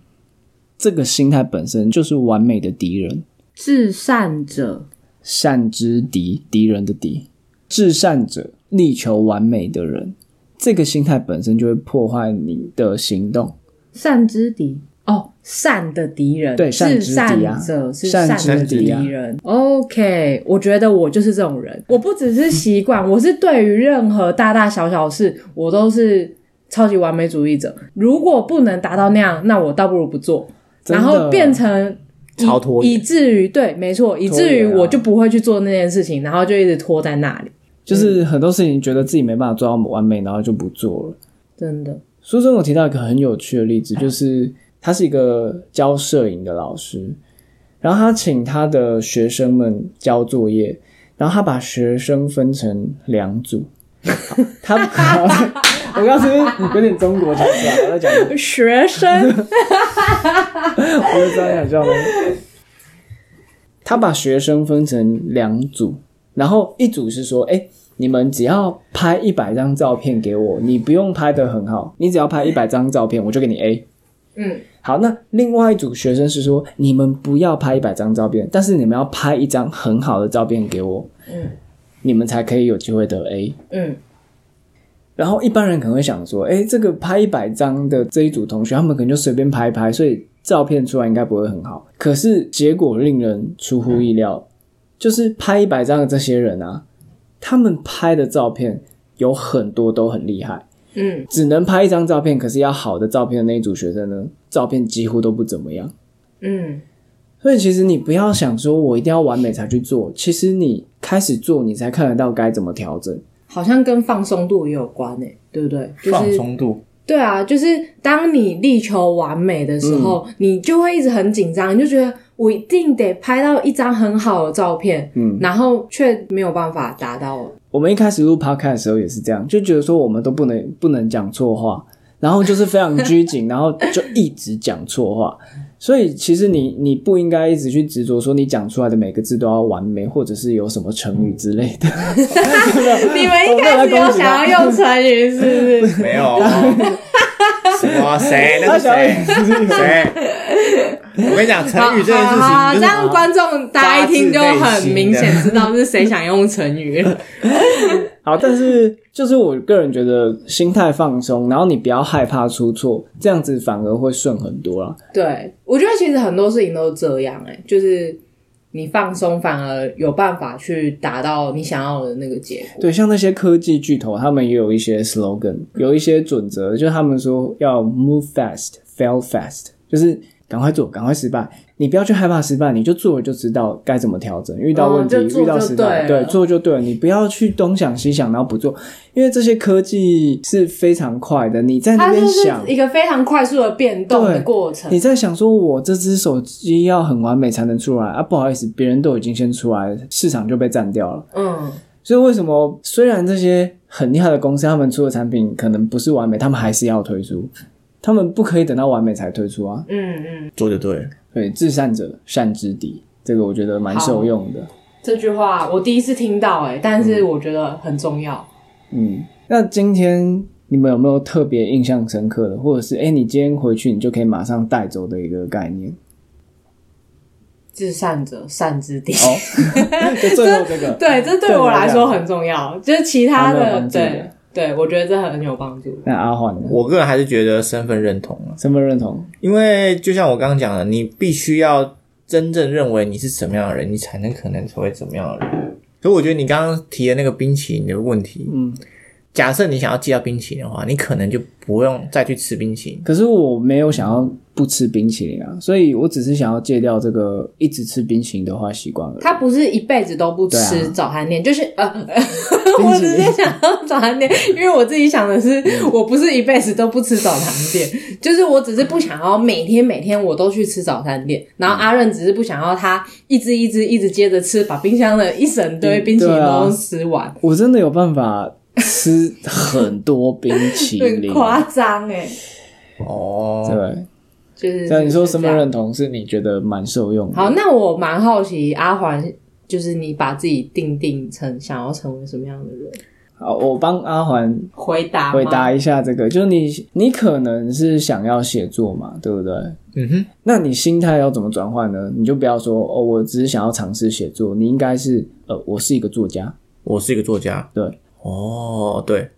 S1: 这个心态本身就是完美的敌人。
S3: 至善者，
S1: 善之敌，敌人的敌，至善者力求完美的人，这个心态本身就会破坏你的行动。
S3: 善之敌哦，善的敌人，
S1: 对善
S3: 至
S1: 之敌啊
S3: 善者是
S1: 善
S3: 善
S1: 之
S3: 的
S1: 敌啊
S3: 敌人。OK，我觉得我就是这种人，我不只是 习惯，我是对于任何大大小小事，我都是超级完美主义者。如果不能达到那样，那我倒不如不做，
S1: 真
S3: 然
S1: 的
S3: 后变成。以
S2: 超拖延
S3: 以至于对，没错，
S1: 啊
S3: 以至于我就不会去做那件事情，然后就一直拖在那里，
S1: 就是很多事情觉得自己没办法做到完美，然后就不做了。
S3: 真的。
S1: 书中有提到一个很有趣的例
S3: 嗯
S1: 子，就是他是一个教摄影的老师，然后他请他的学生们交作业，然后他把学生分成两 组。他， 我刚刚是不是有点中国腔调？我在讲
S3: 学生，
S1: 我就知道你想笑吗？他把学生分成两组，然后一组是说，哎、你们只要拍一百张照片给我，你不用拍的很好，你只要拍一百张照片，我就给你 A。
S3: 嗯，
S1: 好，那另外一组学生是说，你们不要拍一百张照片，但是你们要拍一张很好的照片给我，
S3: 嗯，
S1: 你们才可以有机会得 A。
S3: 嗯，
S1: 然后一般人可能会想说，哎，这个拍一百张的这一组同学，他们可能就随便拍一拍，所以照片出来应该不会很好。可是结果令人出乎意料，就是拍一百张的这些人啊，他们拍的照片有很多都很厉害。
S3: 嗯，
S1: 只能拍一张照片，可是要好的照片的那一组学生呢，照片几乎都不怎么样。
S3: 嗯，
S1: 所以其实你不要想说我一定要完美才去做，其实你开始做，你才看得到该怎么调整。
S3: 好像跟放松度也有关诶、对不对？就
S2: 放
S3: 是
S2: 松度，
S3: 对啊，就是当你力求完美的时候，你就会一直很紧张，你就觉得我一定得拍到一张很好的照片，
S1: 嗯
S3: 然后却没有办法达到。
S1: 我们一开始录 podcast 的时候也是这样，就觉得说我们都不能不能讲错话，然后就是非常拘谨， 然后就一直讲错话。所以其实你你不应该一直去执着说你讲出来的每个字都要完美，或者是有什么成语之类的。
S3: 你们一开始有想要用成语，是不是？
S2: 没有。什么谁？那
S1: 他
S2: 个
S1: 想
S2: 谁？谁？我跟你讲，成语这件事
S3: 好好
S2: 情
S3: 好，
S2: 就
S3: 这
S2: 是
S3: 样观众大家一听就很明
S2: 发自内
S3: 显知道是谁想用成语了。
S1: 好，但是就是我个人觉得心态放松，然后你不要害怕出错，这样子反而会顺很多啦。
S3: 对，我觉得其实很多事情都是这样、欸，哎，就是你放松，反而有办法去达到你想要的那个结果。
S1: 对，像那些科技巨头，他们也有一些 slogan，有一
S3: 嗯
S1: 些准则，就是他们说要 move fast, fail fast，就是赶快做，赶快失败。你不要去害怕失败，你就做了就知道该怎么调整。遇到问题，
S3: 哦就做
S1: 遇到
S3: 就
S1: 失败，
S3: 对了
S1: 对，做就对了。你不要去东想西想，然后不做，因为这些科技是非常快的。你在那
S3: 它
S1: 边
S3: 就是
S1: 想，
S3: 一个非常快速的变动的
S1: 对
S3: 过程。
S1: 你在想说，我这只手机要很完美才能出来啊？不好意思，别人都已经先出来了，市场就被占掉了。
S3: 嗯，
S1: 所以为什么虽然这些很厉害的公司，他们出的产品可能不是完美，他们还是要推出，他们不可以等到完美才推出啊。
S3: 嗯嗯，
S2: 做就对了。
S1: 对，至善者善之敌，这个我觉得蛮受用的。
S3: 这句话我第一次听到、欸，哎，但是我觉得很重要。
S1: 嗯，那今天你们有没有特别印象深刻的，或者是哎、诶你今天回去你就可以马上带走的一个概念？
S3: 至善者善之地。
S1: 哦，就最后这个，
S3: 对，这对我来说很重要，就是其他
S1: 蛮有
S3: 的，
S1: 帮助的
S3: 对对，我觉得这很有帮助。
S1: 那阿焕呢？
S2: 我个人还是觉得身份认同啊，
S1: 身份认同，
S2: 因为就像我刚刚讲的，你必须要真正认为你是什么样的人，你才能可能成为怎么样的人。所以我觉得你刚刚提的那个冰淇淋的问题，
S1: 嗯，
S2: 假设你想要戒掉冰淇淋的话，你可能就不用再去吃冰淇淋。
S1: 可是我没有想要不吃冰淇淋啊，所以我只是想要戒掉这个一直吃冰淇淋的坏习惯而已。
S3: 他不是一辈子都不
S1: 对
S3: 吃
S1: 啊
S3: 早餐店，就是呃， 我直接想到早餐店，因为我自己想的是，
S1: 嗯
S3: 我不是一辈子都不吃早餐店，就是我只是不想要每天每天我都去吃早餐店。然后阿任只是不想要他一只一只一直接着吃，把冰箱的一整堆冰淇淋
S1: 对啊
S3: 都吃完，
S1: 我真的有办法吃很多冰淇
S3: 很
S1: 淋，
S3: 夸张哎，
S2: 哦，
S1: 对。
S3: 就是
S1: 那你说身
S3: 这
S1: 份
S3: 样
S1: 认同是你觉得蛮受用的？
S3: 好，那我蛮好奇阿环，就是你把自己定定成想要成为什么样的人？
S1: 好，我帮阿环
S3: 回答吗
S1: 回答一下这个，就是你你可能是想要写作嘛，对不对？
S2: 嗯哼，
S1: 那你心态要怎么转换呢？你就不要说哦，我只是想要尝试写作，你应该是呃，我是一个作 家，
S2: 我是一个作家。
S1: 对，
S2: 哦，对，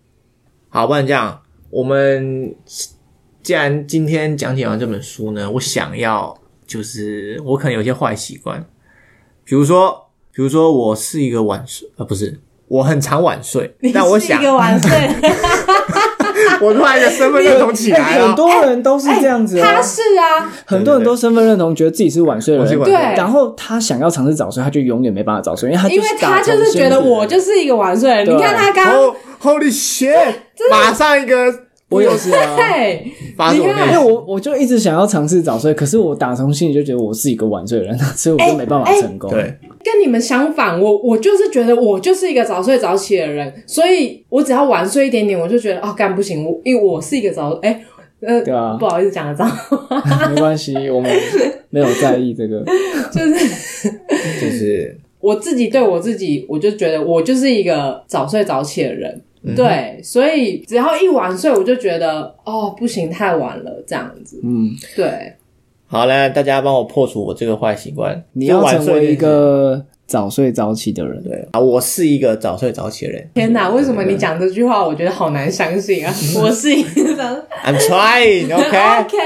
S2: 好，不然这样，我们既然今天讲解完这本书呢，我想要就是我可能有一些坏习惯，比如说，比如说我是一个晚睡，呃，不是，我很常晚睡，但我
S3: 你是
S2: 想
S3: 一，个晚睡，
S2: 我突然一个身份认同起来
S1: 哎很
S2: 了，
S1: 多人都是这样子、哦
S3: 他是啊，
S1: 很多人都身份认同，觉得自己是晚睡的
S2: 我是
S1: 人，
S2: 晚睡
S3: 对
S1: 然后他想要尝试早睡，他就永远没办法早睡，因为他
S3: 因为他就是觉得我就是一个晚睡人。
S1: 对
S3: 你看他刚刚，
S2: 哦 Holy shit！马上一个
S1: 我也是啊。
S3: 嘿，
S2: 发自我
S3: 你看
S1: 因
S2: 内
S1: 为
S2: 心，
S1: 我我就一直想要尝试早睡，可是我打从心里就觉得我是一个晚睡的人， 所以我就没办法成功。
S2: 对，
S3: 跟你们相反，我我就是觉得我就是一个早睡早起的人，所以我只要晚睡一点点，我就觉得哦，干不行，我因为我是一个早哎。呃，
S1: 对啊
S3: 不好意思讲了脏 话，
S1: 没关系，我们没有在意这个。
S3: 就是
S2: 就是
S3: 我自己对我自己，我就觉得我就是一个早睡早起的人，
S1: 嗯
S3: 对，所以只要一晚睡，我就觉得哦不行，太晚了这样子，
S1: 嗯，
S3: 对，
S2: 好啦，大家帮我破除我这个坏习惯。
S1: 你要
S2: 就晚
S1: 成
S2: 睡这件
S1: 为一
S2: 事
S1: 个早睡早起的 人。
S2: 对啊，我是一个早睡早起的人。
S3: 天哪，
S1: 嗯
S3: 为什么你讲这句话，我觉得好难相信啊？我是 一个
S2: I'm trying, OK。
S3: OK，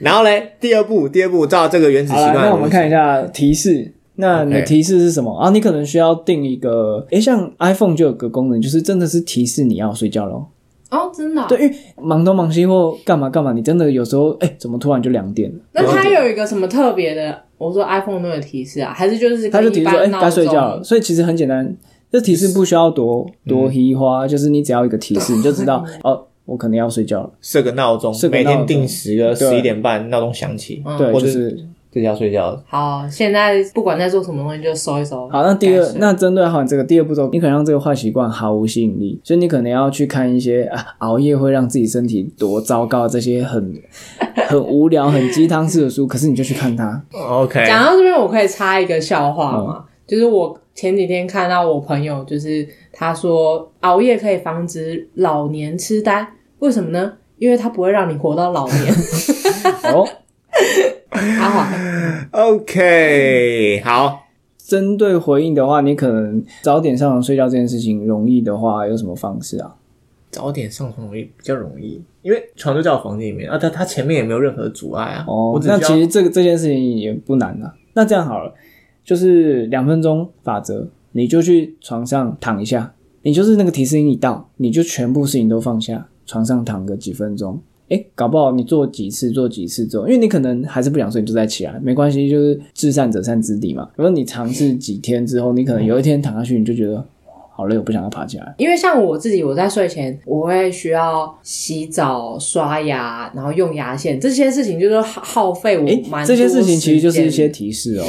S2: 然后嘞，第二步，第二步照这个原始习
S1: 好了，
S2: 惯，
S1: 那我们看一。下提示。那你的
S2: OK
S1: 提示是什么啊？你可能需要定一个，诶，像 iPhone 就有个功能，就是真的是提示你要睡觉咯。
S3: 哦，真的哦、
S1: 对，因为忙东忙西或干嘛干嘛，你真的有时候，诶，怎么突然就两点了？
S3: 那它有一个什么特别的？我说 iPhone 都有提示啊，还是就是
S1: 他
S3: 跟
S1: 就提出
S3: 一般
S1: 说，哎、
S3: 闹
S1: 该睡
S3: 钟
S1: 觉了。所以其实很简单，这提示不需要多
S3: 嗯
S1: 多稀花，就是你只要一个提示，你就知道哦，我可能要睡觉了。
S2: 设个闹钟
S1: 设，个
S2: 每
S1: 闹
S2: 天
S1: 钟
S2: 定时个
S1: 对
S2: 十一点半闹钟响起，
S3: 嗯
S1: 对，
S2: 或
S1: 就
S2: 者
S1: 是
S2: 这就要睡觉了。
S3: 好，现在不管在做什么东西，就搜一搜。
S1: 好。那第
S3: 该
S1: 二，
S3: 睡
S1: 那针对好你这个第二步骤，你可能让这个坏习惯毫无吸引力，所以你可能要去看一些 啊，熬夜会让自己身体多糟糕这些很 很无聊、很鸡汤式的书，可是你就去看 它。
S2: OK，
S3: 讲到这边，我可以插一个笑话吗？就是我前几天看到我朋友，就是他说熬夜可以防止老年痴呆，为什么呢？因为它不会让你活到老 年。
S1: 哦，
S3: 阿华，
S2: OK，好，
S1: 针对回应的话，你可能早点上床睡觉这件事情容易的话，有什么方式啊？
S2: 早点上床容易比较容易，因为床就在我房间里面啊，它它前面也没有任何阻碍啊。
S1: 哦
S2: 我，只
S1: 那
S2: 需要
S1: 其实这个这件事情也不难啊。那这样好了，就是两分钟法则，你就去床上躺一下，你就是那个提示音一到，你就全部事情都放下，床上躺个几分钟。诶，搞不好你做几次，做几次之后，因为你可能还是不想睡，你就再起来，没关系，就是至善者善之地嘛。如果你尝试几天之后，你可能有一天躺下去，你就觉得好累，我不想要爬起来。
S3: 因为像我自己，我在睡前我会需要洗澡、刷牙，然后用牙线，这些事情就是耗耗费我
S1: 诶，
S3: 蛮多
S1: 这些事情其实就是一
S3: 时间
S1: 些提示哦，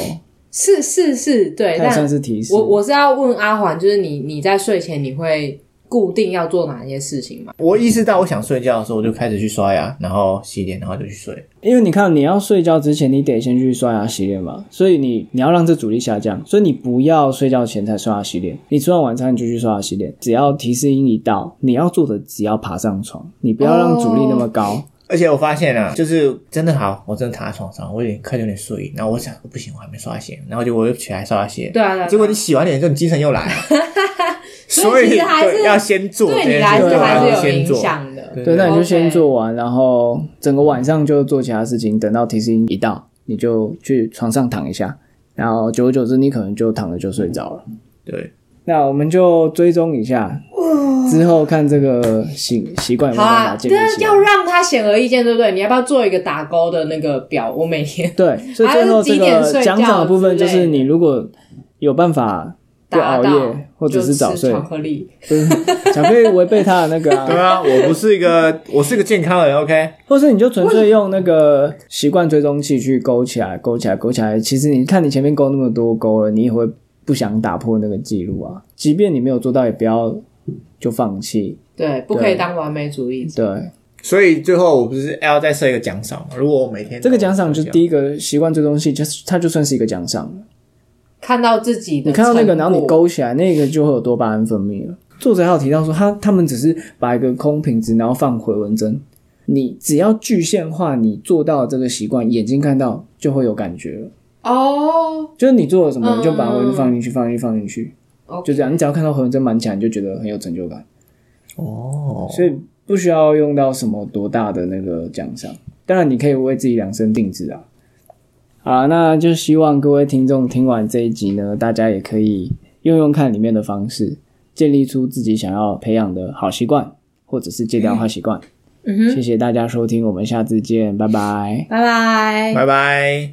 S3: 是是是，对，
S1: 它也
S3: 但
S1: 算是提示。
S3: 我我是要问阿环，就是你你在睡前你会固定要做哪些事情吗？
S2: 我意识到我想睡觉的时候，我就开始去刷牙，然后洗脸，然后就去睡。
S1: 因为你看，你要睡觉之前，你得先去刷牙洗脸嘛，所以你你要让这阻力下降，所以你不要睡觉前才刷牙洗脸，你吃完晚餐你就去刷牙洗脸，只要提示音一到，你要做的只要爬上床，你不要让阻力那么高。
S2: 而且我发现啊，就是真的好，我真的躺在床上，我有点开始有点睡意，然后我想不行，我还没刷牙洗脸，然后结果我又起来刷牙洗脸，
S3: 对啊对啊对啊
S2: 结果你洗完脸之后，你精神又来了，
S3: 所以其实还是
S2: 对要先做这
S3: 对
S2: 件事，
S3: 你来说
S1: 对
S3: 还
S2: 要
S3: 是有
S2: 先
S3: 影
S2: 做。
S3: 响的。
S2: 对
S1: 对，哦那你就先
S3: OK
S1: 做完，然后整个晚上就做其他事情，等到提示音一到，你就去床上躺一下，然后久而久之，你可能就躺着就睡着了。
S2: 对，
S1: 那我们就追踪一下，之后看这个习习惯有没
S3: 好
S1: 有办
S3: 啊
S1: 法，建立
S3: 那
S1: 起来
S3: 要。让它显而易见，对不对？你要不要做一个打勾的那个表？我每天
S1: 对，所以最后这个奖赏的部分就是，你如果有办法不
S3: 达
S1: 熬
S3: 到
S1: 夜或者是早
S3: 就吃
S1: 睡
S3: 巧，克力。
S1: 就是巧克力违背他的那个、
S2: 对
S1: 啊，
S2: 啊，我不是一个， 我是一个健康的人，OK，
S1: 或是你就纯粹用那个习惯追踪器去勾起来，勾起来，勾起来。其实你看你前面勾那么多勾了，你也会不想打破那个记录啊。即便你没有做到，也不要就放弃。
S3: 对，不可以
S1: 对
S3: 当完美主义者。
S1: 对，
S2: 所以最后我不是要再设一个奖赏吗？如果我每天
S1: 这个奖赏就是
S2: 一，
S1: 第一个习惯追踪器，就是它就算是一个奖赏了。
S3: 看到自己的，
S1: 你看到那个，然后你，勾起来，那个就会有多巴胺分泌了。作者还有提到说，他他们只是把一个空瓶子，然后放回纹针。你只要具现化你做到这个习惯，眼睛看到就会有感觉了。
S3: 哦，
S1: 就是你做了什么，你就把
S3: 嗯
S1: 文字放进去，放进去，放进去，
S3: OK
S1: 就这样。你只要看到回纹针满起来，你就觉得很有成就感。
S2: 哦，
S1: 所以不需要用到什么多大的那个奖赏。当然，你可以为自己量身定制啊。好，那就希望各位听众听完这一集呢，大家也可以用用看里面的方式，建立出自己想要培养的好习惯，或者是戒掉坏习惯。
S3: 嗯哼，
S1: 谢谢大家收听，我们下次见，拜拜。
S3: 拜拜。
S2: 拜拜。